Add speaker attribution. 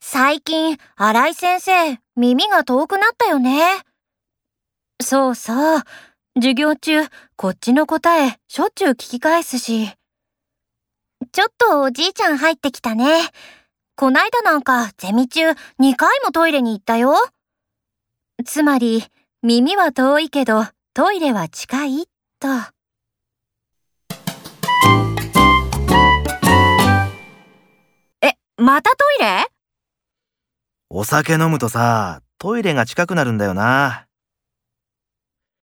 Speaker 1: 最近、新井先生、耳が遠くなったよね。そうそう。授業中、こっちの答え、しょっちゅう聞き返すし。ちょっとおじいちゃん入ってきたね。こないだなんか、ゼミ中、2回もトイレに行ったよ。つまり、耳は遠いけど、トイレは近い、と。え、またトイレ
Speaker 2: お酒飲むとさ、トイレが近くなるんだよな。